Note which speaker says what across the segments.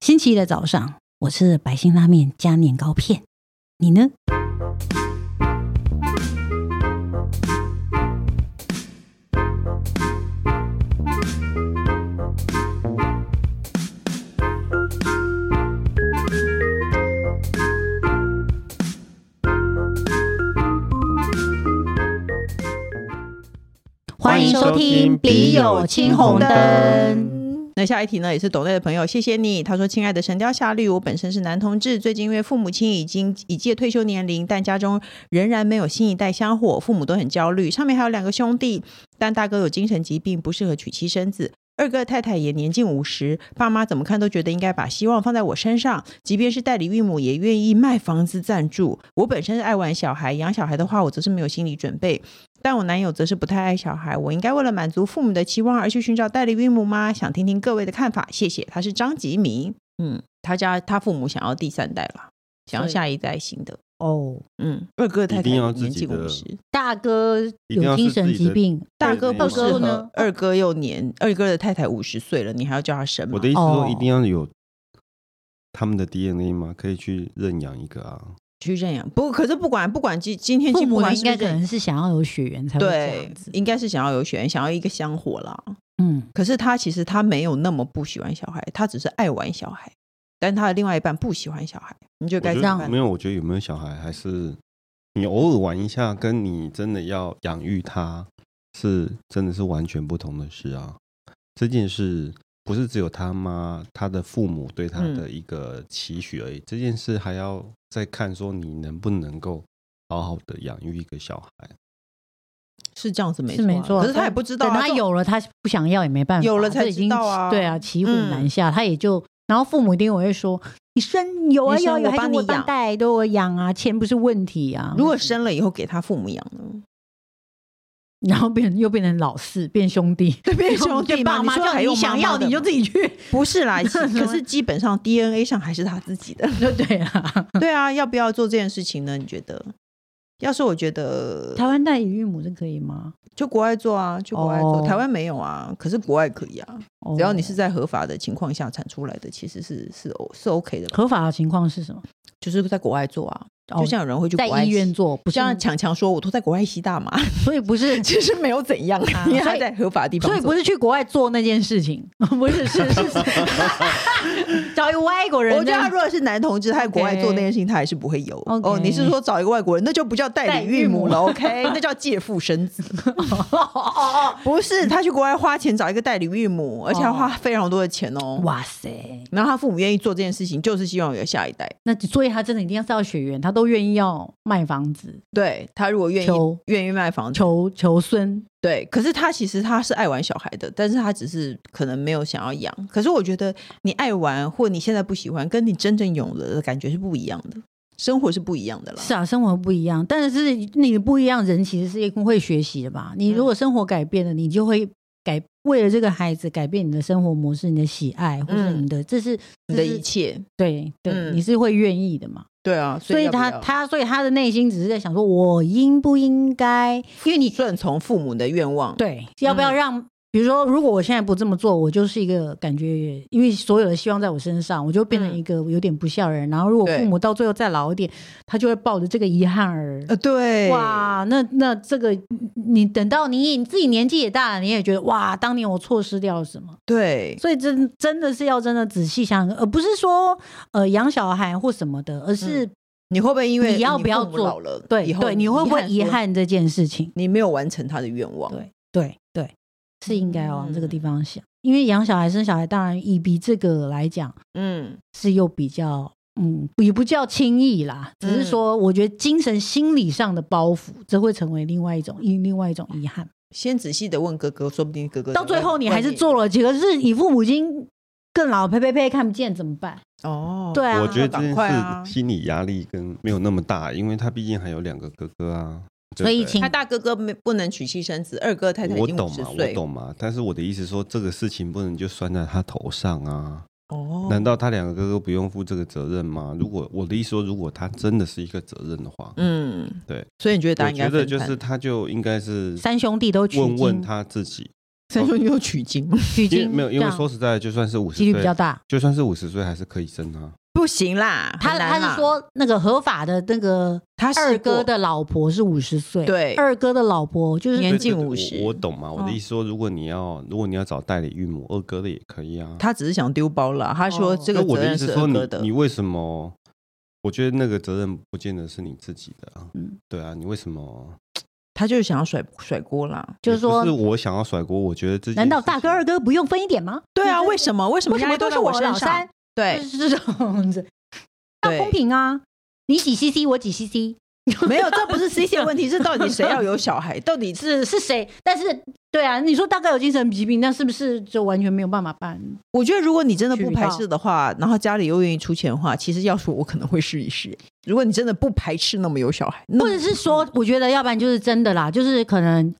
Speaker 1: 星期一的早上，我吃了白心拉面加年糕片，你呢？欢迎收听《笔友青红灯》。
Speaker 2: 那下一题呢，也是抖内的朋友，谢谢你。他说：“亲爱的《神雕侠侣》，我本身是男同志，最近因为父母亲已经已届退休年龄，但家中仍然没有新一代香火，父母都很焦虑。上面还有两个兄弟，但大哥有精神疾病，不适合娶妻生子。二哥太太也年近五十，爸妈怎么看都觉得应该把希望放在我身上，即便是代理孕母也愿意卖房子赞助。我本身是爱玩小孩，养小孩的话，我则是没有心理准备。”但我男友则是不太爱小孩，我应该为了满足父母的期望而去寻找代理孕母吗？想听听各位的看法，谢谢。他是张吉明，嗯，他家他父母想要第三代啦，想要
Speaker 1: 所以
Speaker 2: 下一代新的，
Speaker 1: 哦，
Speaker 2: 嗯，二哥
Speaker 3: 一
Speaker 2: 太太
Speaker 3: 定要自
Speaker 2: 年
Speaker 3: 己
Speaker 2: 近五
Speaker 3: 的
Speaker 2: 十，
Speaker 1: 大哥
Speaker 3: 一定要
Speaker 1: 有精
Speaker 3: 是自
Speaker 1: 神
Speaker 3: 己
Speaker 1: 疾
Speaker 3: 的
Speaker 1: 病，
Speaker 2: 大
Speaker 3: 大哥
Speaker 2: 哥不
Speaker 3: 不
Speaker 2: 适
Speaker 3: 适
Speaker 1: 合
Speaker 2: 合，二哥又年，二哥的太太五十岁了，你还要叫他生
Speaker 3: 我
Speaker 2: 吗
Speaker 3: 的？意思说，
Speaker 1: 哦
Speaker 3: 一定要有他们的 DNA 吗？可以去认养一个啊。
Speaker 2: 去认养？不，可是不管不管今今天
Speaker 1: 父
Speaker 2: 不
Speaker 1: 母
Speaker 2: 管
Speaker 1: 应
Speaker 2: 是
Speaker 1: 该
Speaker 2: 不
Speaker 1: 可
Speaker 2: 是
Speaker 1: 能是想要有血缘才会这
Speaker 2: 对
Speaker 1: 样子，。
Speaker 2: 应该是想要有血缘，想要一个香火啦。
Speaker 1: 嗯，
Speaker 2: 可是他其实他没有那么不喜欢小孩，他只是爱玩小孩，但他的另外一半不喜欢小孩，你就
Speaker 3: 我
Speaker 2: 该
Speaker 3: 觉
Speaker 2: 怎
Speaker 3: 得
Speaker 2: 么办
Speaker 3: 没？有，我觉得有没有小孩还是你偶尔玩一下，跟你真的要养育他是真的是完全不同的事啊。这件事不是只有他妈、他的父母对他的一个期许而已，这件事还要再看说你能不能够好好的养育一个小孩。
Speaker 2: 是这样子没
Speaker 1: 是
Speaker 2: 啊
Speaker 1: 没错啊。
Speaker 2: 可是他
Speaker 1: 但
Speaker 2: 也不知道啊、
Speaker 1: 等他
Speaker 2: 这种
Speaker 1: 有了，他不想要也没办法，
Speaker 2: 有了才
Speaker 1: 这已经
Speaker 2: 知道啊
Speaker 1: 对啊，骑虎
Speaker 2: 嗯
Speaker 1: 难下，他也就，然后父母一定会说，你生有啊
Speaker 2: 你生
Speaker 1: 有啊有
Speaker 2: 我
Speaker 1: 啊，还
Speaker 2: 帮
Speaker 1: 是
Speaker 2: 你
Speaker 1: 我帮
Speaker 2: 养
Speaker 1: 带都我养啊，钱不是问题啊。
Speaker 2: 如果生了以后给他父母养呢？
Speaker 1: 然后变又变成老四，变兄弟，
Speaker 2: 对， 变
Speaker 1: 然 后
Speaker 2: 兄弟
Speaker 1: 就
Speaker 2: 嘛，
Speaker 1: 爸
Speaker 2: 你
Speaker 1: 妈
Speaker 2: 说还
Speaker 1: 叫
Speaker 2: 有
Speaker 1: 你想要你就自
Speaker 2: 己
Speaker 1: 己去，
Speaker 2: 不是啦，其
Speaker 1: 什么
Speaker 2: 可是基本上 DNA 上还是他自己的。
Speaker 1: 就 对 了。
Speaker 2: 对啊，要不要做这件事情呢？你觉得？要是我觉得，
Speaker 1: 台湾代理孕母是可以吗？
Speaker 2: 就国外做啊，就国外做，
Speaker 1: 哦
Speaker 2: 台湾没有啊，可是国外可以啊，
Speaker 1: 哦
Speaker 2: 只要你是在合法的情况下产出来的，其实是是 O 是 OK 的啦，
Speaker 1: 合法的情况是什么？
Speaker 2: 就是在国外做啊，
Speaker 1: 哦
Speaker 2: 就像有人会去
Speaker 1: 在
Speaker 2: 国外
Speaker 1: 医院
Speaker 2: 吸，
Speaker 1: 做，不
Speaker 2: 不
Speaker 1: 是
Speaker 2: 像强强说，我都在国外吸大麻，
Speaker 1: 所以不是，
Speaker 2: 其实没有怎样，
Speaker 1: 啊
Speaker 2: 因为他
Speaker 1: 所以
Speaker 2: 在合法的地方
Speaker 1: 所
Speaker 2: 做，
Speaker 1: 以不是去国外做那件事情， 不是是是 是找一个外国人
Speaker 2: 我
Speaker 1: 这
Speaker 2: 觉
Speaker 1: 样，
Speaker 2: 得他如果是男同志，他在国外做那件事情，他还是不会有。
Speaker 1: OK
Speaker 2: 哦，你是说找一个外国人，那就不叫代理孕母了
Speaker 1: 代
Speaker 2: ，OK？那叫借腹生子。
Speaker 1: 哦哦
Speaker 2: 不是，他去国外花钱找一个代理孕母，而且要花非常多的钱
Speaker 1: 哦
Speaker 2: 哦。
Speaker 1: 哇塞！
Speaker 2: 然后他父母愿意做这件事情，就是希望有下一代。
Speaker 1: 那所以他真的一定要是要血缘，他都愿意要卖房子、
Speaker 2: 对他如果愿意
Speaker 1: 求
Speaker 2: 愿意卖房子，
Speaker 1: 求求孙，
Speaker 2: 对，可是他其实他是爱玩小孩的，但是他只是可能没有想要养。可是我觉得你爱玩或你现在不喜欢，跟你真正有了的感觉是不一样的，生活是不一样的啦。
Speaker 1: 是啊，生活不一样，但是你的不一样，人其实是一个会学习的吧？你如果生活改变了，你就会改为了这个孩子改变你的生活模式、你的喜爱，或者
Speaker 2: 嗯
Speaker 1: 你的、这是
Speaker 2: 你的
Speaker 1: 这是
Speaker 2: 一切，
Speaker 1: 对对，
Speaker 2: 嗯
Speaker 1: 你是会愿意的嘛？
Speaker 2: 对啊，
Speaker 1: 所以
Speaker 2: 要不
Speaker 1: 他
Speaker 2: 要
Speaker 1: 他所以他的内心只是在想说，我应不应该？因为你
Speaker 2: 顺从父母的愿望，
Speaker 1: 对要不要
Speaker 2: 嗯
Speaker 1: 让？比如说，如果我现在不这么做，我就是一个感觉，因为所有的希望在我身上，我就变成
Speaker 2: 嗯
Speaker 1: 一个有点不孝人。然后，如果
Speaker 2: 对
Speaker 1: 父母到最后再老一点，他就会抱着这个遗憾而。
Speaker 2: 呃，对，，
Speaker 1: 哇，那那这个，你等到你你自己年纪也大了，你也觉得哇，当年我错失掉了什么？
Speaker 2: 对，
Speaker 1: 所以真真的是要真的仔细想想，而不是说呃养小孩或什么的，而是、
Speaker 2: 你会不会因为
Speaker 1: 你要
Speaker 2: 父
Speaker 1: 不要
Speaker 2: 母
Speaker 1: 做
Speaker 2: 老了，
Speaker 1: 对
Speaker 2: 嗯以后
Speaker 1: 对，你会不会
Speaker 2: 说
Speaker 1: 遗憾这件事情？
Speaker 2: 你没有完成他的愿望？
Speaker 1: 对对对，是应该要往这个
Speaker 2: 嗯
Speaker 1: 地方想，因为养小孩、生小孩，当然以比这个来讲
Speaker 2: 嗯，
Speaker 1: 是又比较。嗯，也不叫轻易啦，只
Speaker 3: 嗯
Speaker 1: 是说，我觉得精神、心理上的包袱，这会成为另外一种另另外一种遗憾。
Speaker 2: 先仔细的问哥哥，说不定哥哥
Speaker 1: 到最后，你还是做了，结果是你父母亲更老，呸呸呸，看不见怎么办？
Speaker 2: 哦，
Speaker 1: 对啊，
Speaker 3: 我觉得这
Speaker 2: 那赶
Speaker 3: 件
Speaker 2: 快啊
Speaker 3: 事心理压力跟没有那么大，因为他毕竟还有两个哥哥啊。对不
Speaker 1: 所以
Speaker 3: 对
Speaker 1: 请
Speaker 2: 他大哥哥没不能娶妻生子，二哥太太已
Speaker 3: 我
Speaker 2: 经
Speaker 3: 懂啊
Speaker 2: 五十
Speaker 3: 嘛，我
Speaker 2: 岁，
Speaker 3: 懂嘛。但是我的意思说，这个事情不能就拴在他头上啊。
Speaker 2: 哦，
Speaker 3: 难道他两个哥哥不用负这个责任吗？如果我的意思说，如果他真的是一个责任的话，
Speaker 2: 嗯，
Speaker 3: 对，
Speaker 2: 所以你觉得大家
Speaker 3: 我
Speaker 2: 应该
Speaker 3: 觉得
Speaker 2: 分
Speaker 3: 就哦
Speaker 2: 摊
Speaker 3: 是他就应该是
Speaker 1: 三兄弟都取
Speaker 3: 问问
Speaker 1: 经，
Speaker 3: 他自己，
Speaker 2: 所以说你有取经
Speaker 1: 取
Speaker 3: 因为
Speaker 1: 经
Speaker 3: 没有，因
Speaker 1: 这
Speaker 3: 为
Speaker 1: 样
Speaker 3: 说实在，就算是五十
Speaker 1: 几率比较
Speaker 3: 岁，
Speaker 1: 大。
Speaker 3: 就算是五十岁还是可以生啊。
Speaker 2: 不行啦，很
Speaker 1: 他
Speaker 2: 难
Speaker 1: 他
Speaker 2: 啦
Speaker 1: 是说那个合法的那个
Speaker 2: 他试
Speaker 1: 二哥
Speaker 2: 过
Speaker 1: 的老婆是五十岁，
Speaker 2: 对
Speaker 1: 二哥的老婆就是
Speaker 2: 年
Speaker 3: 对
Speaker 2: 近
Speaker 3: 对对
Speaker 2: 五十
Speaker 3: 我我懂嘛。我的
Speaker 2: 嗯
Speaker 3: 意思说，如果你要，如果你要找代理孕母，二哥的也可以啊。
Speaker 2: 他只是想丢包了，他说
Speaker 1: 哦
Speaker 2: 这
Speaker 3: 那
Speaker 2: 个
Speaker 3: 我
Speaker 2: 责
Speaker 3: 的意
Speaker 2: 任
Speaker 3: 思
Speaker 2: 是
Speaker 3: 说
Speaker 2: 二
Speaker 3: 你
Speaker 2: 哥的，
Speaker 3: 你为什么？我觉得那个责任不见得是你自己的啊。
Speaker 1: 嗯
Speaker 3: 对啊，你为什么？
Speaker 2: 他就是想要甩甩锅啦。
Speaker 1: 就是
Speaker 3: 也不
Speaker 1: 说
Speaker 3: 是，我想要甩锅，我觉得自己。
Speaker 1: 难道大哥二哥不用分一点吗？
Speaker 2: 对啊，
Speaker 1: 就是
Speaker 2: 为什么为什么
Speaker 1: 为什
Speaker 2: 压力
Speaker 1: 么
Speaker 2: 都
Speaker 1: 都
Speaker 2: 在
Speaker 1: 是我
Speaker 2: 身
Speaker 1: 老
Speaker 2: 上
Speaker 1: 三？？就
Speaker 2: 对，
Speaker 1: 是这种 子，要
Speaker 2: 对
Speaker 1: 公平啊！你几 CC，我几 CC，
Speaker 2: 没有，这不是 C C 问题，是到底谁要有小孩？到底 是
Speaker 1: 是是谁？但是对啊，你说大哥有精神疾病，那是不是就完全没有办法办？
Speaker 2: 我觉得如果你真的不
Speaker 1: 渠
Speaker 2: 排
Speaker 1: 道
Speaker 2: 斥的话，然后家里又愿意出钱的话，其实要说我可能会试一试。如果你真的不排斥那么有小孩，那嗯
Speaker 1: 或者是说，我觉得要不然就是真的啦，就是可能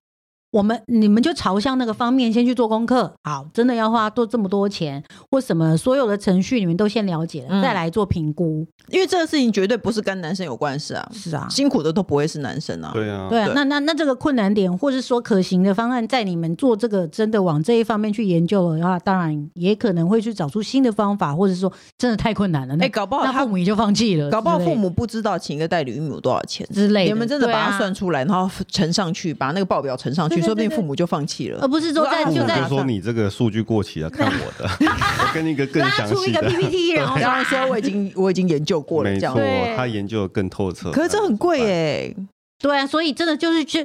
Speaker 1: 我们你们就朝向那个方面先去做功课。好，真的要花多这么多钱或什么，所有的程序你们都先了解了，
Speaker 2: 嗯
Speaker 1: 再来做评估。
Speaker 2: 因为这个事情绝对不是跟男生有关系啊，
Speaker 1: 是啊。
Speaker 2: 辛苦的都不会是男生啊。
Speaker 3: 对啊，
Speaker 1: 对啊
Speaker 2: 对，
Speaker 1: 那那那这个困难点，或是说可行的方案，在你们做这个真的往这一方面去研究的话，当然也可能会去找出新的方法，或者说真的太困难了，那、
Speaker 2: 哎，搞不好
Speaker 1: 那
Speaker 2: 他
Speaker 1: 父母也就放弃了，
Speaker 2: 搞不好
Speaker 1: 之类
Speaker 2: 父母不知道请一个代理孕母多少钱。
Speaker 1: 之类的，
Speaker 2: 你们真的
Speaker 1: 对啊
Speaker 2: 把它算出来，然后乘上去，把那个报表乘上去，
Speaker 1: 对对
Speaker 2: 说不定
Speaker 1: 对对
Speaker 2: 父母就放弃了
Speaker 1: 而。不是说在
Speaker 3: 父
Speaker 2: 那
Speaker 3: 母
Speaker 1: 就在
Speaker 3: 就说你这个数据过期了，看我 的。我跟你一个更
Speaker 1: 拉
Speaker 3: 详
Speaker 1: 出一
Speaker 3: 细
Speaker 1: 个
Speaker 3: 的，
Speaker 1: PPT，然后
Speaker 2: 然 后说我已 经我已经研究过了，
Speaker 3: 没
Speaker 2: 这样
Speaker 3: 错
Speaker 1: 子对，
Speaker 3: 他研究的更透彻。
Speaker 2: 可是这很贵
Speaker 3: 耶。
Speaker 2: 耶、
Speaker 1: 对啊，所以真的就是去，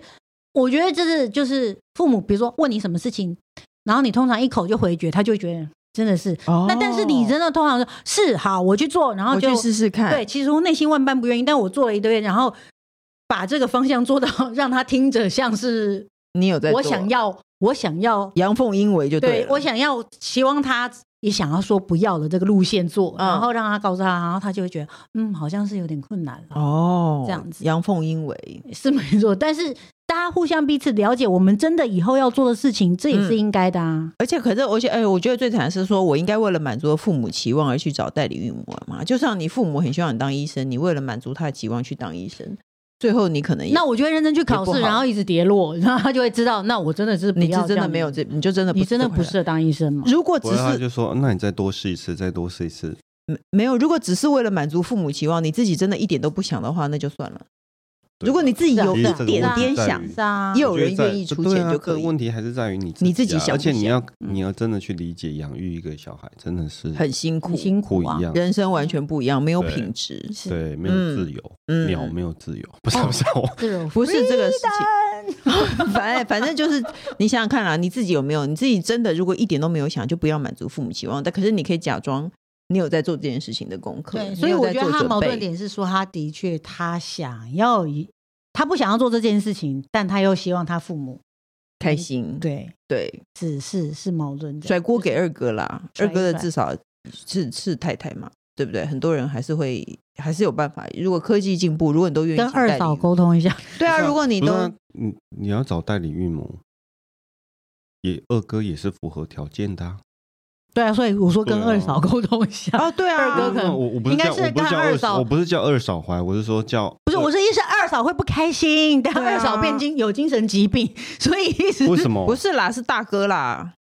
Speaker 1: 我觉得这是就是父母，比如说问你什么事情，然后你通常一口就回绝，他就会觉得真的是。
Speaker 2: 哦
Speaker 1: 那但是你真的通常说是好，我去做，然后
Speaker 2: 我
Speaker 1: 就
Speaker 2: 去试试看。
Speaker 1: 对，，其实我内心万般不愿意，但我做了一堆，然后把这个方向做到 让他听着像是
Speaker 2: 你有在
Speaker 1: 我
Speaker 2: 做
Speaker 1: 想要，我想要，
Speaker 2: 阳奉阴违就
Speaker 1: 对
Speaker 2: 了
Speaker 1: 我想要，希望他也想要说不要的这个路线做，
Speaker 2: 嗯
Speaker 1: 然后让他告诉他，然后他就会觉得嗯，好像是有点困难了。
Speaker 2: 哦
Speaker 1: 这样子
Speaker 2: 阳奉阴违。
Speaker 1: 是没错，但是大家互相彼此了解，我们真的以后要做的事情，这也
Speaker 2: 嗯
Speaker 1: 是应该的啊。
Speaker 2: 而且可是，而且，哎，我觉得最惨的是说，我应该为了满足父母期望而去找代理孕母了嘛？就像你父母很希望你当医生，你为了满足他的期望去当医生，最后你可能也
Speaker 1: 那我就会认真去考试，
Speaker 2: 也不好
Speaker 1: 然后一直跌落，然后他就会知道，那我真的是不
Speaker 2: 你
Speaker 1: 要
Speaker 2: 是真
Speaker 1: 这
Speaker 2: 的
Speaker 1: 样
Speaker 2: 没有
Speaker 1: 子，
Speaker 2: 这，你就真的
Speaker 1: 你真的不
Speaker 2: 是这啊
Speaker 1: 适合当医生嘛
Speaker 2: 回来。？如果只
Speaker 3: 不然他
Speaker 2: 是
Speaker 3: 就说，那你再多试一次，再多试一次。
Speaker 2: 没有，如果只是为了满足父母期望，你自己真的一点都不想的话，那就算了。
Speaker 3: 对
Speaker 2: 如果你自己
Speaker 1: 是啊
Speaker 2: 有
Speaker 1: 其实
Speaker 2: 一
Speaker 3: 这个
Speaker 2: 点
Speaker 3: 问题
Speaker 2: 点
Speaker 3: 在
Speaker 2: 想
Speaker 3: 于，
Speaker 1: 是啊
Speaker 2: 也，
Speaker 3: 我
Speaker 2: 有
Speaker 3: 觉得
Speaker 2: 人
Speaker 3: 在
Speaker 2: 愿意出
Speaker 3: 对
Speaker 2: 钱
Speaker 3: 啊
Speaker 2: 就
Speaker 3: 这
Speaker 2: 可
Speaker 3: 个
Speaker 2: 以，
Speaker 3: 问题还是在于你
Speaker 2: 你
Speaker 3: 自
Speaker 2: 自己
Speaker 3: 啊
Speaker 2: 想
Speaker 3: 而
Speaker 2: 不
Speaker 3: 且你
Speaker 2: 想嗯
Speaker 3: 要你要真的去理解养育一个小孩，真的是
Speaker 2: 很辛苦
Speaker 1: 很，辛
Speaker 3: 不
Speaker 1: 苦啊
Speaker 3: 一。样。
Speaker 2: 人生完全不一样，没有
Speaker 3: 对
Speaker 2: 品质。
Speaker 1: 是哦
Speaker 3: 对，没有
Speaker 2: 嗯
Speaker 3: 自由，
Speaker 2: 嗯
Speaker 3: 鸟没有自由，不是不是我。
Speaker 1: 这种
Speaker 2: 不是这个事情， 反正反正就是你想想看啦，你自己有没有？你自己真的如果一点都没有想，就不要满足父母期望。但可是你可以假装你有在做这件事情的功课，
Speaker 1: 对，
Speaker 2: 你
Speaker 1: 所以
Speaker 2: 有
Speaker 1: 我
Speaker 2: 在
Speaker 1: 觉得
Speaker 2: 做
Speaker 1: 他
Speaker 2: 准
Speaker 1: 矛
Speaker 2: 备
Speaker 1: 盾点是说，他的确他想要一，他不想要做这件事情，但他又希望他父母
Speaker 2: 开心，
Speaker 1: 嗯对，
Speaker 2: 对，
Speaker 1: 是是是矛盾的。
Speaker 2: 甩锅给二哥啦，
Speaker 1: 甩
Speaker 2: 二
Speaker 1: 一
Speaker 2: 哥的
Speaker 1: 甩
Speaker 2: 至少是是太太嘛，对不对？很多人还是会还是有办法。如果科技进步，如果你都愿意
Speaker 1: 跟
Speaker 2: 请代
Speaker 1: 二
Speaker 2: 理
Speaker 1: 嫂沟通一下，
Speaker 2: 对啊，
Speaker 3: 不是啊
Speaker 2: 如果你
Speaker 3: 不是
Speaker 2: 都
Speaker 3: 啊你你要找代理孕母，也二哥也是符合条件的啊。
Speaker 1: 对啊，所以我说跟
Speaker 3: 对啊
Speaker 1: 二嫂沟通一下。
Speaker 2: 哦，对啊，
Speaker 1: 二哥可能
Speaker 3: 那我我不是
Speaker 1: 应该
Speaker 3: 叫
Speaker 1: 是
Speaker 3: 我不
Speaker 1: 跟
Speaker 3: 是叫
Speaker 1: 二
Speaker 3: 二
Speaker 1: 嫂
Speaker 3: 嫂，我不是叫二嫂怀，我是说叫
Speaker 1: 不是，我是意思二嫂会不开心，但
Speaker 2: 对啊
Speaker 1: 二嫂变精有精神疾病，所以意思
Speaker 3: 为
Speaker 1: 是
Speaker 3: 什么
Speaker 2: 不是啦，是大哥啦，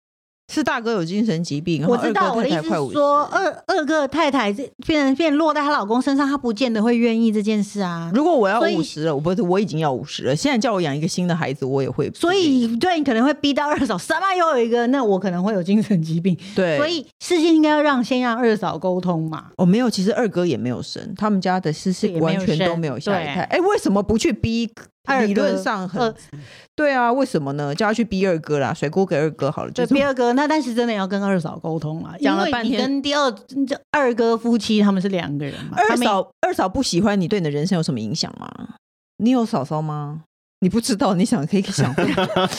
Speaker 2: 是大哥有精神疾病。然后
Speaker 1: 我知
Speaker 2: 二
Speaker 1: 道
Speaker 2: 哥
Speaker 1: 我的意
Speaker 2: 太太
Speaker 1: 思
Speaker 2: 快
Speaker 1: 是说，
Speaker 2: 50
Speaker 1: 二二个太太这变变落在她老公身上，她不见得会愿意这件事啊。
Speaker 2: 如果我要
Speaker 1: 所以
Speaker 2: 五十了，我不是我已经要五十了，现在叫我养一个新的孩子，我也会不
Speaker 1: 所
Speaker 2: 愿意。
Speaker 1: 以对你可能会逼到二嫂，三妈又有一个，那我可能会有精神疾病，
Speaker 2: 对，
Speaker 1: 所以事先应该要让先让二嫂沟通嘛。
Speaker 2: 我、没有，其实二哥也没有生，他们家的是是
Speaker 1: 也没有
Speaker 2: 完全都
Speaker 1: 生
Speaker 2: 没有下一
Speaker 1: 对
Speaker 2: 胎。哎，为什么不去逼？
Speaker 1: 二哥呃
Speaker 2: 理论上很
Speaker 1: 二
Speaker 2: 对啊，为什么呢？叫他去逼二哥啦，甩锅给二哥好了。就
Speaker 1: 对，
Speaker 2: 是
Speaker 1: 第二哥，那但是真的要跟二嫂沟通了，
Speaker 2: 讲了
Speaker 1: 因为
Speaker 2: 半
Speaker 1: 你
Speaker 2: 天
Speaker 1: 跟第二这二哥夫妻他们是两个人嘛，
Speaker 2: 二
Speaker 1: 他们
Speaker 2: 嫂，二嫂不喜欢你，对你的人生有什么影响吗？你有嫂嫂吗？你不知道，你想可以想问。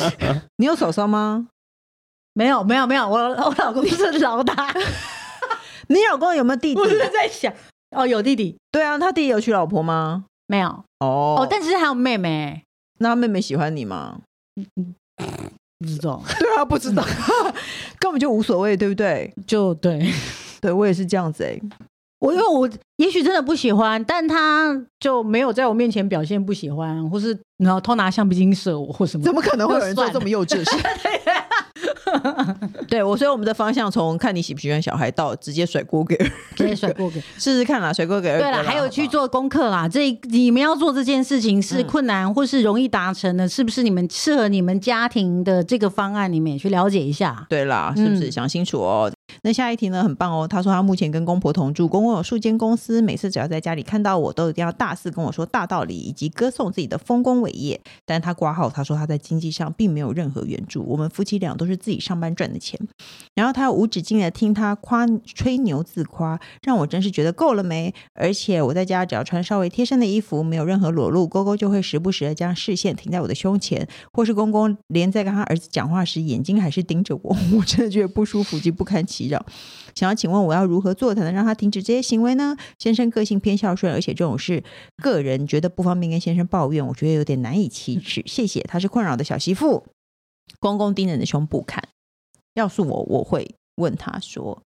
Speaker 2: 你有嫂嫂吗？
Speaker 1: 没有没有没有，我我老公是老大，
Speaker 2: 你老公有没有弟弟
Speaker 1: 我？是在想，哦，有弟弟
Speaker 2: 对啊，他弟弟有娶老婆吗？
Speaker 1: 没有？
Speaker 2: 哦，
Speaker 1: 哦，但是还有妹妹，
Speaker 2: 那他妹妹喜欢你吗？
Speaker 1: 不知道，
Speaker 2: 对啊，不知 道，根本就无所谓，对不对？
Speaker 1: 就对，
Speaker 2: 对我也是这样子哎、
Speaker 1: 我因为我也许真的不喜欢，但他就没有在我面前表现不喜欢，或是然后偷拿橡皮筋射我或什么
Speaker 2: 怎。么可能会有人做
Speaker 1: 就算了
Speaker 2: 这么幼稚的事？ 对我，所以我们的方向从看你喜不喜欢小孩到直接甩锅给儿
Speaker 1: 直接甩过给。
Speaker 2: 试试看啦，甩锅给二
Speaker 1: 对
Speaker 2: 哥
Speaker 1: 了，
Speaker 2: 哎啦
Speaker 1: 还有去。
Speaker 2: 好
Speaker 1: 做功课啦。这你们要做这件事情是
Speaker 2: 嗯
Speaker 1: 困难或是容易达成的，是不是你们适合你们家庭的这个方案？你们也去了解一下
Speaker 2: 不好。对啦，是不是
Speaker 1: 嗯
Speaker 2: 想清楚哦？那下一题呢，很棒哦。他说他目前跟公婆同住，公公有数间公司，每次只要在家里看到我，都一定要大肆跟我说大道理，以及歌颂自己的丰功伟业。但他挂号，他说他在经济上并没有任何援助，我们夫妻俩都是自己上班赚的钱。然后他无止境的听他夸吹牛自夸，让我真是觉得够了没。而且我在家只要穿稍微贴身的衣服，没有任何裸露，勾勾就会时不时的将视线停在我的胸前，或是公公连在跟他儿子讲话时，眼睛还是盯着我， 我真的觉得不舒服及不堪其扰。想要请问我要如何做才能让他停止这些行为呢？先生个性偏孝顺，而且这种事个人觉得不方便跟先生抱怨，我觉得有点难以启齿。
Speaker 1: 嗯
Speaker 2: 谢谢，他是困扰的小媳妇。公公盯着你的胸部看，要是我，我会问他说：“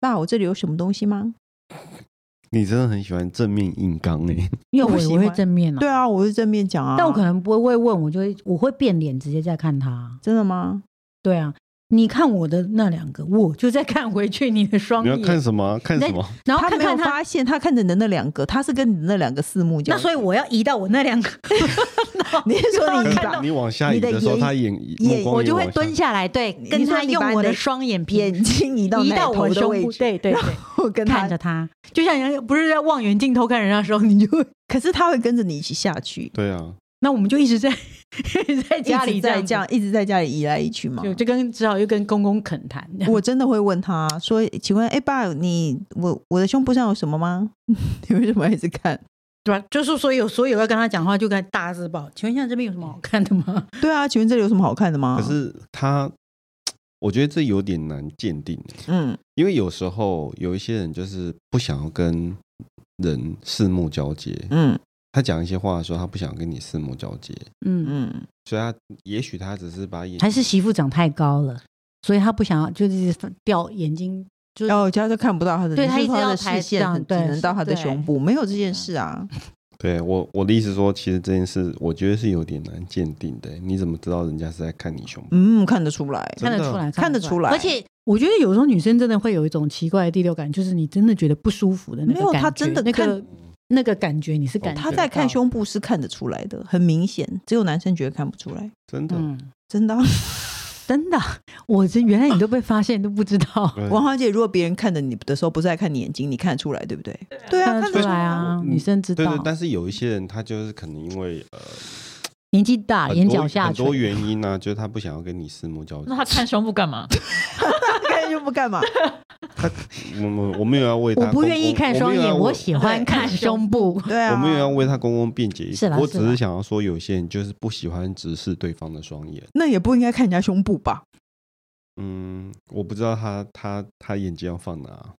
Speaker 2: 爸，我这里有什么东西吗
Speaker 3: 你真的很喜欢正面硬刚 哎、
Speaker 1: 因为我
Speaker 2: 不喜
Speaker 1: 也
Speaker 2: 欢
Speaker 1: 会正面？”啊，
Speaker 2: 对啊，我是正面讲啊。
Speaker 1: 但我可能不会问，我就会我会变脸直接在看他。
Speaker 2: 真的吗？
Speaker 1: 对啊，你看我的那两个，我就在看回去你的双
Speaker 3: 你要看
Speaker 1: 眼，
Speaker 3: 什么啊？看
Speaker 1: 你在
Speaker 3: 什么？
Speaker 1: 然后
Speaker 2: 他
Speaker 1: 看
Speaker 2: 没有
Speaker 1: 看他。
Speaker 2: 发现，他看着你的那两个，他是跟你的那两个四目交。
Speaker 1: 那所以我要移到我那两 个，
Speaker 2: 你是说你
Speaker 1: 看
Speaker 2: 把
Speaker 1: 到
Speaker 3: 你往下移的时候，
Speaker 2: 你的眼
Speaker 3: 他眼目光
Speaker 1: 我
Speaker 3: 也
Speaker 1: 就会
Speaker 3: 往下
Speaker 1: 蹲下来，对，
Speaker 2: 你
Speaker 1: 跟
Speaker 2: 说
Speaker 1: 他
Speaker 2: 你把
Speaker 1: 用
Speaker 2: 你
Speaker 1: 我的
Speaker 2: 的
Speaker 1: 双眼 皮
Speaker 2: 眼睛移到
Speaker 1: 移
Speaker 2: 奶
Speaker 1: 到
Speaker 2: 头
Speaker 1: 我
Speaker 2: 的
Speaker 1: 胸
Speaker 2: 位
Speaker 1: 部，
Speaker 2: 置，
Speaker 1: 对对对。
Speaker 2: 我跟
Speaker 1: 看
Speaker 2: 他
Speaker 1: 着他，就像人家不是在望远镜偷看人家的时候，你就 会
Speaker 2: 可是他会跟着你一起下去，
Speaker 3: 对啊，
Speaker 1: 那我们就一直在 一直在
Speaker 2: 一
Speaker 1: 家
Speaker 2: 直
Speaker 1: 里
Speaker 2: 在
Speaker 1: 子
Speaker 2: 这样，，一直在家里移来移去嘛。
Speaker 1: 就就跟只好又跟公公恳谈。
Speaker 2: 我真的会问他说：“请问，哎、爸，你我我的胸部上有什么吗？ 你为什么要一直看？”
Speaker 1: 对吧？就是所有所有要跟他讲话，就跟他大字报。请问现在这边有什么好看的吗？
Speaker 2: 对啊，请问这里有什么好看的
Speaker 1: 啊
Speaker 2: 吗？
Speaker 3: 可，是他，我觉得这有点难鉴定欸、
Speaker 2: 嗯，
Speaker 3: 因为有时候有一些人就是不想要跟人四目交接，
Speaker 2: 嗯
Speaker 3: 他讲一些话的时候，他不想跟你四目交接，
Speaker 1: 嗯，
Speaker 2: 嗯，
Speaker 3: 所以他也许他只是把眼
Speaker 1: 还是媳妇长太高了，所以他不想要，就是掉眼睛。
Speaker 2: 然后家就看不到他的，
Speaker 1: 对
Speaker 2: 你
Speaker 1: 他
Speaker 2: 是
Speaker 1: 一
Speaker 2: 说
Speaker 1: 直
Speaker 2: 他
Speaker 1: 要
Speaker 2: 的
Speaker 1: 抬
Speaker 2: 视
Speaker 1: 这
Speaker 2: 线
Speaker 1: 样
Speaker 2: 很只
Speaker 1: 对
Speaker 2: 能到他的
Speaker 1: 对
Speaker 2: 胸部，没有这件事啊。
Speaker 3: 对我我的意思说，其实这件事我觉得是有点难鉴定的欸、你怎么知道人家是在看你胸部？
Speaker 2: 嗯，看得出来，
Speaker 1: 看得
Speaker 3: 真的
Speaker 1: 出来，
Speaker 2: 看得出来
Speaker 1: 而且我觉得有时候女生真的会有一种奇怪的第六感，就是你真的觉得不舒服的那个
Speaker 2: 没有
Speaker 1: 感
Speaker 2: 她
Speaker 1: 觉
Speaker 2: 真的
Speaker 1: 那个
Speaker 2: 看
Speaker 1: 那个感觉，你是
Speaker 3: 哦
Speaker 1: 感觉
Speaker 2: 他在看
Speaker 1: 到，
Speaker 2: 胸部是看得出来的，很明显，只有男生觉得看不出来，
Speaker 3: 真的，
Speaker 1: 嗯，
Speaker 2: 真的啊、
Speaker 1: 真的，我 这原来你都被发现都不知道，
Speaker 3: 对
Speaker 2: 王小姐，如果别人看着你的时候不是在看你眼睛，你看得出来对不对？对啊，
Speaker 1: 看
Speaker 2: 看
Speaker 1: 得
Speaker 2: 得
Speaker 1: 出
Speaker 2: 出
Speaker 1: 来
Speaker 2: 来。
Speaker 1: 啊，
Speaker 3: 嗯
Speaker 1: 女生知
Speaker 3: 对对
Speaker 1: 道，，
Speaker 3: 但是有一些人他就是可能因为呃
Speaker 1: 年纪大，
Speaker 3: 很
Speaker 1: 眼
Speaker 3: 多
Speaker 1: 角下
Speaker 3: 很多
Speaker 1: 垂，
Speaker 3: 原因呢、啊就是他不想要跟你四目交接
Speaker 4: 那。他看胸部干嘛？
Speaker 2: 看又不干嘛？
Speaker 3: 我们我们也要为他
Speaker 1: 我
Speaker 3: 公公，
Speaker 1: 不愿意看双
Speaker 3: 们也
Speaker 1: 眼，
Speaker 3: 要
Speaker 1: 我
Speaker 3: 为
Speaker 1: 喜 欢看胸部。
Speaker 2: 对啊，
Speaker 3: 我没有要为他公公辩解意
Speaker 1: 是
Speaker 3: 思
Speaker 1: 啦，
Speaker 3: 我
Speaker 1: 是
Speaker 3: 只
Speaker 1: 啦
Speaker 3: 是想要说，有些人就是不喜欢直视对方的双眼。
Speaker 2: 那也不应该看人家胸部吧？
Speaker 3: 嗯，我不知道他他他眼睛要放哪，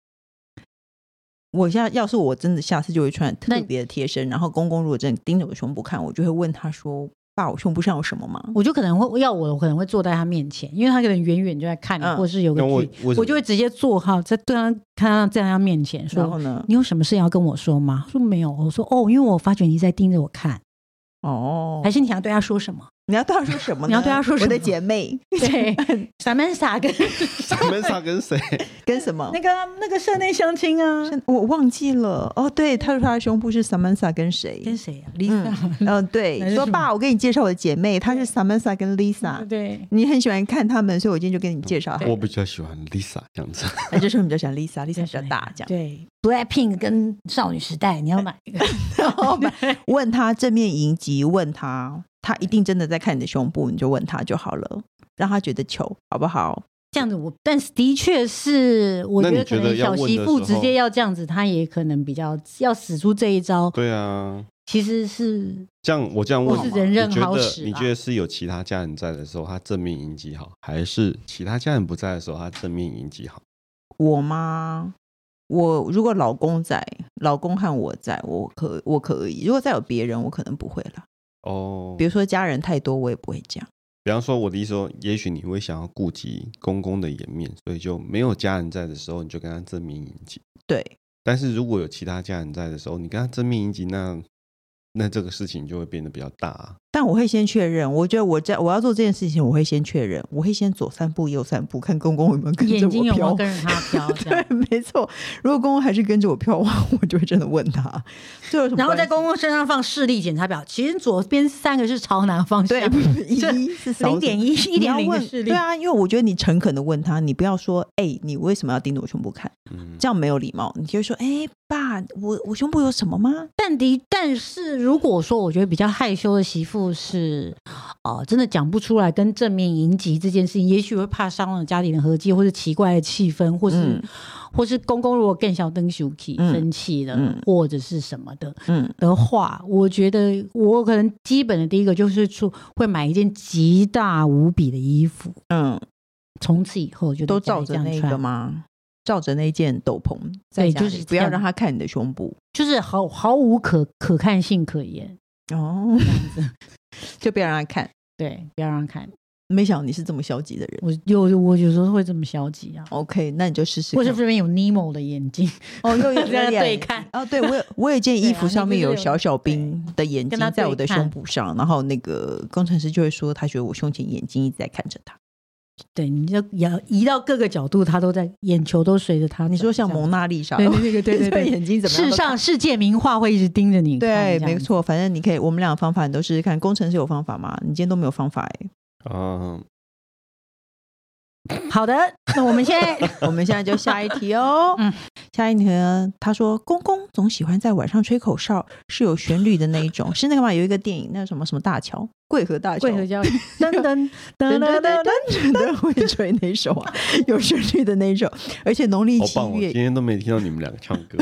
Speaker 2: 我现在要是我真的下次就会穿
Speaker 1: 那
Speaker 2: 特别的贴身，然后公公如果真的盯着我胸部看，我就会问他说：“爸，我胸部上有什么吗
Speaker 1: 我就可能会要我，我可能会坐在他面前，因为他可能远远就在看你，
Speaker 2: 嗯
Speaker 1: 或是有个
Speaker 3: 那我
Speaker 1: 距，
Speaker 3: 为什
Speaker 1: 我就
Speaker 3: 么
Speaker 1: 会 直接坐好，在对他看他在他面前？”
Speaker 2: 然
Speaker 1: 说
Speaker 2: 后呢：“？
Speaker 1: 你有什么事要跟我说吗？”他说没有，我说哦，因为我发觉你在盯着我看，
Speaker 2: 哦
Speaker 1: 还，是你想对他说什么？
Speaker 2: 你要对他说什么呢？
Speaker 1: 你要对他说什么
Speaker 2: 我的姐 妹
Speaker 1: 对，咱们傻跟
Speaker 3: 闪门杀跟谁？
Speaker 2: 跟什么
Speaker 1: ？那个啊那个社内相亲啊，
Speaker 2: 是我忘记了哦，对，他说他的胸部是 Samantha 跟谁
Speaker 1: 跟？谁啊？Lisa，
Speaker 2: 嗯、对
Speaker 1: 还，是
Speaker 2: 说
Speaker 1: 什么
Speaker 2: 爸，我给你介绍我的姐妹，她是 Samantha 跟 Lisa，
Speaker 1: 对，
Speaker 2: 你很喜欢看她们，所以我今天就跟你介绍她。
Speaker 3: 我比较喜欢 Lisa 这样子。
Speaker 2: 那就是我们比较喜欢 Lisa，Lisa 比较大这样。
Speaker 1: 对，Blackpink 跟少女时代，你要买一 个？
Speaker 2: 然后问他正面迎击，问他，他一定真的在看你的胸部，你就问他就好了，让他觉得糗，好不好？
Speaker 1: 这样子我，但是的确是，我
Speaker 3: 那
Speaker 1: 觉
Speaker 3: 你
Speaker 1: 得可
Speaker 3: 觉得
Speaker 1: 能
Speaker 3: 要
Speaker 1: 小
Speaker 3: 问
Speaker 1: 媳
Speaker 3: 的
Speaker 1: 妇
Speaker 3: 时
Speaker 1: 直接
Speaker 3: 候
Speaker 1: 要这样子，她也可能比较要使出这一招，
Speaker 3: 对啊，
Speaker 1: 其实是
Speaker 3: 这样我这样问
Speaker 1: 我是
Speaker 3: 好
Speaker 1: 人
Speaker 3: 吗
Speaker 1: 任
Speaker 3: 你觉
Speaker 1: 好
Speaker 3: 得
Speaker 1: 使
Speaker 3: 你
Speaker 1: 啦
Speaker 3: 觉得是有其他家人在的时候，他正面迎击好，还是其他家人不在的时候，他正面迎击好？
Speaker 2: 我吗？我如果老公在，老公和我在，我可我可以；如果再有别人，我可能不会了。
Speaker 3: 哦
Speaker 2: 比，如说家人太多，我也不会这样。
Speaker 3: 比方说我的意思说，也许你会想要顾及公公的颜面，所以就没有家人在的时候，你就跟他正面迎击。
Speaker 2: 对，
Speaker 3: 但是如果有其他家人在的时候，你跟他正面迎击，那那这个事情就会变得比较大啊、
Speaker 2: 但我会先确认，我觉得我在我要做这件事情，我会先确认，我会先左三步右三步，看公公有没有跟着
Speaker 1: 眼
Speaker 2: 我
Speaker 1: 睛有没有
Speaker 2: 飘。
Speaker 1: 跟着他飘 这
Speaker 2: 对
Speaker 1: 样，，
Speaker 2: 没错。如果公公还是跟着我飘的话，我就会真的问他，这有什么 关系？
Speaker 1: 然后在公公身上放视力检查表，其实左边三个是朝南方向
Speaker 2: 对，，不是一
Speaker 1: 这
Speaker 2: 是
Speaker 1: 零点一、一
Speaker 2: 一
Speaker 1: 点零的
Speaker 2: 问
Speaker 1: 视力，
Speaker 2: 对啊，因为我觉得你诚恳的问他，你不要说，哎、你为什么要盯着我胸部看？
Speaker 3: 嗯，
Speaker 2: 这样没有礼貌。你就说，哎、爸，我我胸部有什么吗？
Speaker 1: 但的，但是如果说我觉得比较害羞的媳妇是，呃，真的讲不出来跟正面迎击这件事情，也许会怕伤了家里的和气，或是奇怪的气氛，或是、
Speaker 2: 嗯
Speaker 1: 或是公公如果更小灯羞气
Speaker 2: 嗯
Speaker 1: 生气了，
Speaker 2: 嗯
Speaker 1: 或者是什么的
Speaker 2: 嗯
Speaker 1: 的话，我觉得我可能基本的第一个就是出会买一件极大无比的衣服，
Speaker 2: 嗯，
Speaker 1: 从此以后就
Speaker 2: 都
Speaker 1: 在家
Speaker 2: 照
Speaker 1: 里这
Speaker 2: 着
Speaker 1: 样
Speaker 2: 那
Speaker 1: 穿
Speaker 2: 个吗？照着那件斗篷在家里，
Speaker 1: 就是
Speaker 2: 不
Speaker 1: 这
Speaker 2: 要
Speaker 1: 样
Speaker 2: 让他看你的胸部
Speaker 1: 就是毫毫无可可看性可言，
Speaker 2: 哦，
Speaker 1: 这样子
Speaker 2: 就不要让他看。
Speaker 1: 对，不要让他看。
Speaker 2: 没想到你是这么消极的人。
Speaker 1: 我有我有时候会这么消极啊，
Speaker 2: OK，那你就试试
Speaker 1: 或
Speaker 2: 看。
Speaker 1: 是这边有 Nemo 的眼睛，
Speaker 2: 哦， 又
Speaker 1: 跟他对看
Speaker 2: 哦， 对我有我有一件衣
Speaker 1: 对啊
Speaker 2: 服
Speaker 1: 你
Speaker 2: 上面
Speaker 1: 就是
Speaker 2: 有
Speaker 1: 有
Speaker 2: 小小兵的眼
Speaker 1: 跟
Speaker 2: 睛
Speaker 1: 他
Speaker 2: 在我的
Speaker 1: 对看
Speaker 2: 胸部上，然后那个工程师就会说，他觉得我胸前眼睛一直在看着他。
Speaker 1: 对，你就移移到各个角度，他都在眼球都随着他。
Speaker 2: 你说像
Speaker 1: 这样
Speaker 2: 蒙娜丽莎，
Speaker 1: 对对对 对对对
Speaker 2: 眼睛怎么样
Speaker 1: 世
Speaker 2: 都看
Speaker 1: 上世界名画会一直盯着你看，
Speaker 2: 对，
Speaker 1: 这样
Speaker 2: 没
Speaker 1: 子。
Speaker 2: 错，反正你可以，我们俩的方法你都试试看。工程师有方法吗？你今天都没有方法哎、
Speaker 3: 啊
Speaker 1: 好的，那我们现在
Speaker 2: 我们现在就下一题 哦。
Speaker 1: 嗯
Speaker 2: 下一题呢？他说公公总喜欢在晚上吹口哨，是有旋律的那一种，是那个嘛？有一个电影，那个什么什么大桥，桂河大桥，
Speaker 1: 跪和教育，噔噔噔噔
Speaker 2: 噔噔噔
Speaker 1: 噔噔，
Speaker 2: 噔噔，会吹那一首啊， 有旋律的那一首，而且农历
Speaker 3: 好
Speaker 2: 七
Speaker 3: 棒哦！今
Speaker 2: 月，
Speaker 3: 天都没听到你们两个唱 歌，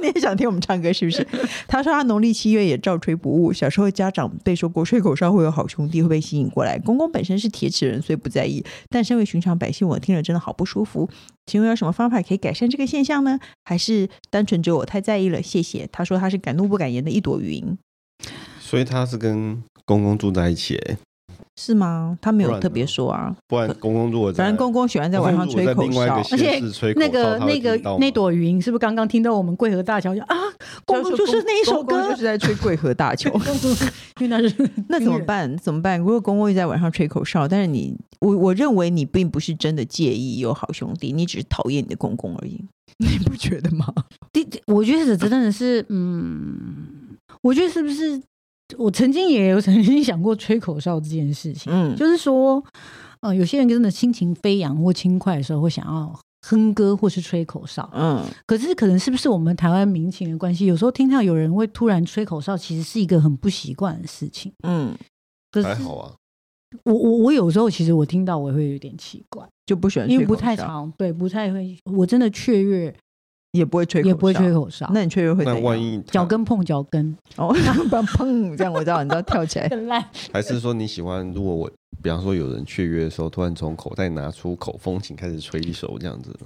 Speaker 2: 你也想听我们唱歌是不 是？他说他啊农历七月也照吹不误。小时候家长被说过吹口哨会有好兄弟会被吸引过来，公公本身是铁齿人，所以不在意。但身为寻常百姓，我听了真的好不舒服。请问有什么方法可以改善这个现象呢？还是单纯只有我太在意了？谢谢。他说他是敢怒不敢言的一朵云，
Speaker 3: 所以他是跟公公住在一起欸，
Speaker 2: 是吗？他没
Speaker 3: 不
Speaker 2: 有
Speaker 3: 然
Speaker 2: 特别
Speaker 3: 呢
Speaker 2: 说啊，
Speaker 3: 不然公公如果在
Speaker 2: 反正公公喜欢在晚上
Speaker 3: 公公如
Speaker 2: 吹
Speaker 3: 果在
Speaker 2: 口
Speaker 3: 另外一
Speaker 2: 哨
Speaker 3: 个。县
Speaker 1: 而
Speaker 3: 市吹口哨
Speaker 1: 那个
Speaker 3: 他会
Speaker 1: 那个
Speaker 3: 听到吗
Speaker 1: 那朵云是不是刚刚听到我们贵和大桥就啊，公主就是那一首
Speaker 2: 公公
Speaker 1: 歌
Speaker 2: 就，是在吹桂 河大桥。
Speaker 1: 公主，因为那是
Speaker 2: 那怎么办？怎么办？如果公公一直在晚上吹口哨，但是你，我我认为你并不是真的介意有好兄弟，你只是讨厌你的公公 而已，你不觉得吗？
Speaker 1: 第，我觉得这真的是，嗯，我觉得是不是？我曾经也有曾经想过吹口哨这件事情，
Speaker 2: 嗯，
Speaker 1: 就是说，呃，有些人真的心情飞扬或轻快的时候，会想要哼歌或是吹口哨。
Speaker 2: 嗯，
Speaker 1: 可是，可能是不是我们台湾民情的关系，有时候听到有人会突然吹口哨，其实是一个很不习惯的事情。
Speaker 2: 嗯，
Speaker 1: 可是
Speaker 3: 还好啊，
Speaker 1: 我我我有时候其实我听到我会有点奇怪，
Speaker 2: 就不喜欢吹
Speaker 1: 因
Speaker 2: 口哨，
Speaker 1: 为不太常对，不太会，我真的雀跃
Speaker 2: 也不会吹口哨，
Speaker 1: 也不会吹口哨，
Speaker 2: 那你吹又会
Speaker 3: 那
Speaker 2: 怎
Speaker 3: 万
Speaker 2: 样？
Speaker 3: 一他
Speaker 1: 脚跟碰脚 跟，
Speaker 2: 哦，砰砰，这样我知道，你知道跳起来，
Speaker 1: 很烂。
Speaker 3: 还是说你喜欢？如果我比方说有人雀跃的时候，突然从口袋拿出口风琴开始吹一首这样 子，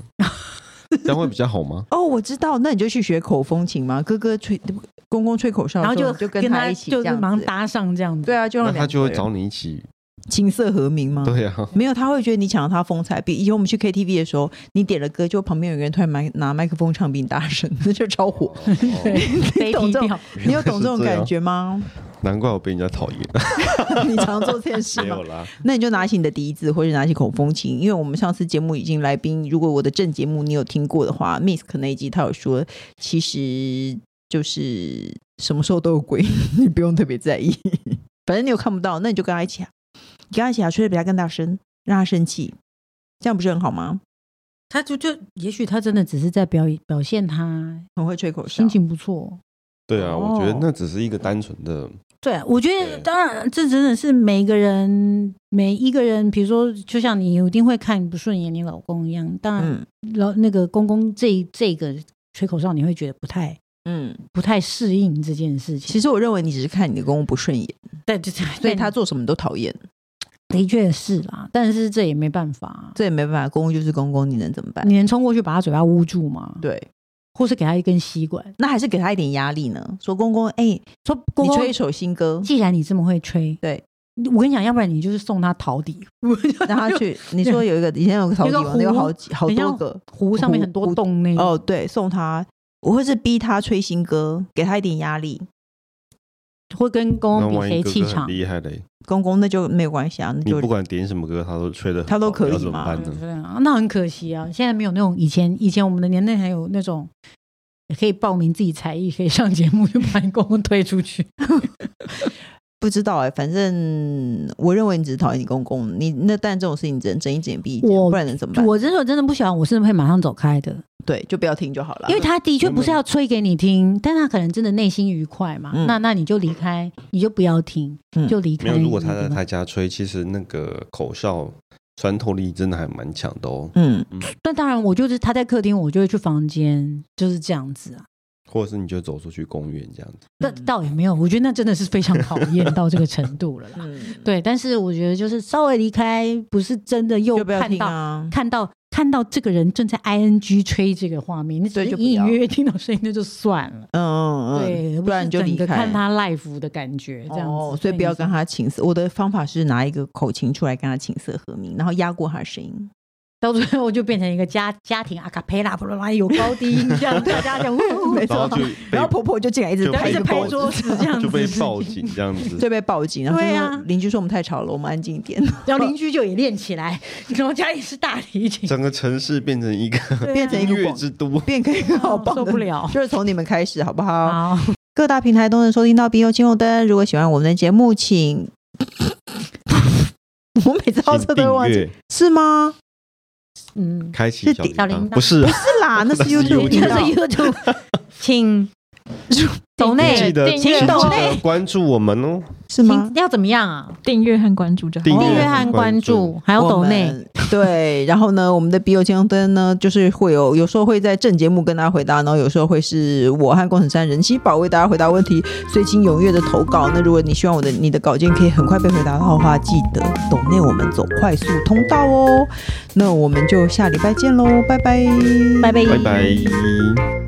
Speaker 3: 这样会比较好吗？
Speaker 2: 哦，我知道，那你就去学口风琴嘛，哥哥吹，公公吹口哨的
Speaker 1: 然后
Speaker 2: 时候，
Speaker 1: 就
Speaker 2: 你就
Speaker 1: 他
Speaker 2: 一起
Speaker 1: 就
Speaker 2: 这
Speaker 1: 是
Speaker 2: 样
Speaker 1: 忙
Speaker 2: 子，
Speaker 1: 搭上这样子。
Speaker 2: 对啊，就让
Speaker 3: 那他
Speaker 2: 两
Speaker 3: 就
Speaker 2: 个
Speaker 3: 会
Speaker 2: 人嗯
Speaker 3: 找你一起，
Speaker 2: 琴瑟和鸣吗？
Speaker 3: 对 啊，
Speaker 2: 没有，他会觉得你抢了他风采。比以前我们去 KTV 的时候，你点了歌，就旁边有一个人突然买拿麦克风唱比你大声，那就超火。
Speaker 3: 哦
Speaker 1: 飞
Speaker 2: 懂
Speaker 1: 踢
Speaker 2: 这种
Speaker 1: 掉，
Speaker 2: 你有懂这种感觉吗？
Speaker 3: 难怪我被人家 讨厌。
Speaker 2: 你常做这件事
Speaker 3: 没
Speaker 2: 吗
Speaker 3: 有？啦，
Speaker 2: 那你就拿起你的笛子，或者拿起口风琴，因为我们上次节目已经来宾，如果我的正节目你有听过的话，Misk 那一集他有说，其实就是什么时候都有鬼， 你不用特别在意，反正你有看不到，那你就跟他一起啊，你跟他一起啊，吹的比他更大声，让他生气，这样不是很好吗？
Speaker 1: 他就就也许他真的只是在表演表现他
Speaker 2: 很会吹口哨
Speaker 1: 心，情不错。
Speaker 3: 对啊，我觉得
Speaker 2: 哦
Speaker 3: 那只是一个单纯的，
Speaker 1: 对啊，我觉得
Speaker 3: 对
Speaker 1: 当然，这真的是每个人每一个人，比如说，就像你一定会看不顺眼你老公一样，当然
Speaker 2: 嗯
Speaker 1: 老、那个公公这这个吹口哨，你会觉得不太
Speaker 2: 嗯，
Speaker 1: 不太适应这件事情。
Speaker 2: 其实我认为你只是看你的公公不顺眼，
Speaker 1: 对对对，
Speaker 2: 所以他
Speaker 1: 但
Speaker 2: 做什么你都讨厌，
Speaker 1: 的确是啦，但是这也没办法啊、
Speaker 2: 这也没办法，公公就是公公，你能怎么办？
Speaker 1: 你能冲过去把他嘴巴捂住吗？，
Speaker 2: 对，
Speaker 1: 或是给他一根吸管，
Speaker 2: 那还是给他一点压力呢。说公公，哎、
Speaker 1: 说公
Speaker 2: 你
Speaker 1: 公
Speaker 2: 吹一首 新歌，
Speaker 1: 既然你这么会吹，
Speaker 2: 对
Speaker 1: 我跟你讲，要不然你就是送他陶笛，
Speaker 2: 让他去。你说有一个以前有个陶笛王，哦
Speaker 1: 有一
Speaker 2: 有
Speaker 1: 个壶
Speaker 2: 好几好
Speaker 1: 很像
Speaker 2: 多个
Speaker 1: 嗯湖上面很多洞那个
Speaker 2: 哦，对，送他我会是逼他吹新歌，给他一点压力。
Speaker 1: 会跟
Speaker 2: 哦
Speaker 1: 公
Speaker 3: 那
Speaker 1: 公比
Speaker 3: 万一
Speaker 1: 谁
Speaker 3: 哥
Speaker 1: 气
Speaker 3: 哥很
Speaker 1: 场。
Speaker 3: 厉害嘞，
Speaker 2: 公公那就没有关系啊，那
Speaker 3: 你
Speaker 2: 就
Speaker 3: 不管点什么歌，他都吹的，
Speaker 2: 他都可以
Speaker 3: 要怎么
Speaker 2: 嘛
Speaker 3: 办
Speaker 1: 对不
Speaker 3: 呢？
Speaker 1: 对啊那很可惜啊！现在没有那种以前以前我们的年代还有那种也可以报名自己才艺，可以上节目就把你公公推出 去。
Speaker 2: 不知道哎、反正我认为你只是讨厌你公公，你那但这种事情只能睁一只眼闭一只眼，
Speaker 1: 我
Speaker 2: 不然能怎么办？
Speaker 1: 我这时候真的不喜欢，我是会马上走开的，
Speaker 2: 对，就不要听就好了。
Speaker 1: 因为他的确不是要吹给你听，但他可能真的内心愉快嘛。
Speaker 2: 嗯
Speaker 1: 那那你就离开，你就不要听，
Speaker 2: 嗯
Speaker 1: 就离
Speaker 3: 没
Speaker 1: 开。
Speaker 3: 有，如果他在他家吹，其实那个口哨穿透力真的还蛮强的哦。
Speaker 2: 嗯，
Speaker 1: 但当然，我就是他在客厅，我就会去房间，就是这样子啊。
Speaker 3: 或者是你就走出去公园这样子，
Speaker 1: 那
Speaker 2: 嗯
Speaker 1: 倒也没有，我觉得那真的是非常考 验到这个程度了啦。
Speaker 2: 嗯，
Speaker 1: 对，但是我觉得就是稍微离开，不是真的又
Speaker 2: 就不要
Speaker 1: 看
Speaker 2: 听
Speaker 1: 到、
Speaker 2: 啊。
Speaker 1: 看到看到这个人正在 ing 吹这个画面，你只
Speaker 2: 对
Speaker 1: 是
Speaker 2: 就不
Speaker 1: 隐隐
Speaker 2: 要
Speaker 1: 约约听到声音，那就算了。
Speaker 2: 嗯嗯
Speaker 1: 对，
Speaker 2: 嗯，不然你就离
Speaker 1: 整个
Speaker 2: 开。
Speaker 1: 看他 live 的感觉这样子，
Speaker 2: 哦，所以不要跟。他情色。我的方法是拿一个口琴出来跟他琴瑟和鸣，然后压过他的声音。
Speaker 1: 到最后就变成一个家家庭阿卡佩拉，不啦啦，有高低音这样，大 家讲，呜呜
Speaker 2: 没
Speaker 1: 呜
Speaker 2: 错
Speaker 3: 然后就
Speaker 2: 然后
Speaker 3: 被
Speaker 2: 婆婆就进来一直
Speaker 3: 就被
Speaker 1: 一直拍
Speaker 3: 报
Speaker 1: 桌子这样子，
Speaker 3: 就被报警这样 子，
Speaker 2: 就被报警，然后就
Speaker 1: 对
Speaker 2: 说
Speaker 1: 啊
Speaker 2: 邻居说我们太吵了，我们安静一 点，
Speaker 1: 然后邻居就也练起来，然后家里是大提琴，
Speaker 3: 整个城市变成一个
Speaker 1: 对啊嗯
Speaker 2: 变成一
Speaker 3: 音
Speaker 2: 个
Speaker 3: 乐
Speaker 2: 广
Speaker 3: 之都。
Speaker 2: 变成一个好棒的。
Speaker 1: 哦受不了
Speaker 2: 就是从你们开始，好不好？
Speaker 1: 好，
Speaker 2: 各大平台都能收听到《冰用青红灯》。如果喜欢我们的节目，请 我每次到
Speaker 3: 请
Speaker 2: 这都会
Speaker 3: 订
Speaker 2: 忘记，
Speaker 3: 阅，
Speaker 2: 是吗？
Speaker 1: 嗯，
Speaker 3: 开启
Speaker 2: 是
Speaker 3: 小
Speaker 2: 底
Speaker 1: 小铃铛
Speaker 3: 不是
Speaker 2: 不是啦，那是
Speaker 1: 这
Speaker 2: YouTube 频
Speaker 1: 是
Speaker 2: 道。
Speaker 1: YouTube，请抖
Speaker 3: 记
Speaker 1: 内
Speaker 3: 得
Speaker 4: 订阅
Speaker 1: 请抖
Speaker 4: 哦
Speaker 1: 内
Speaker 3: 呃关注我们哦，
Speaker 2: 是吗
Speaker 1: 请？要怎么样啊？
Speaker 4: 订阅和关注就好。
Speaker 3: 订
Speaker 1: 订阅和
Speaker 3: 和
Speaker 1: 关注，，还有
Speaker 2: 我
Speaker 1: 抖
Speaker 2: 们
Speaker 1: 内，
Speaker 2: 对，然后呢，我们的笔友青红灯呢，就是会有有时候会在正节目跟大家回答，然后有时候会是我和工程山人气宝为大家回答问题，所以请踊跃的投稿。那如果你希望我的你的稿件可以很快被回答到的话，记得抖内我们走快速通道哦。那我们就下礼拜见喽，拜拜，
Speaker 1: 拜拜。
Speaker 3: 拜拜。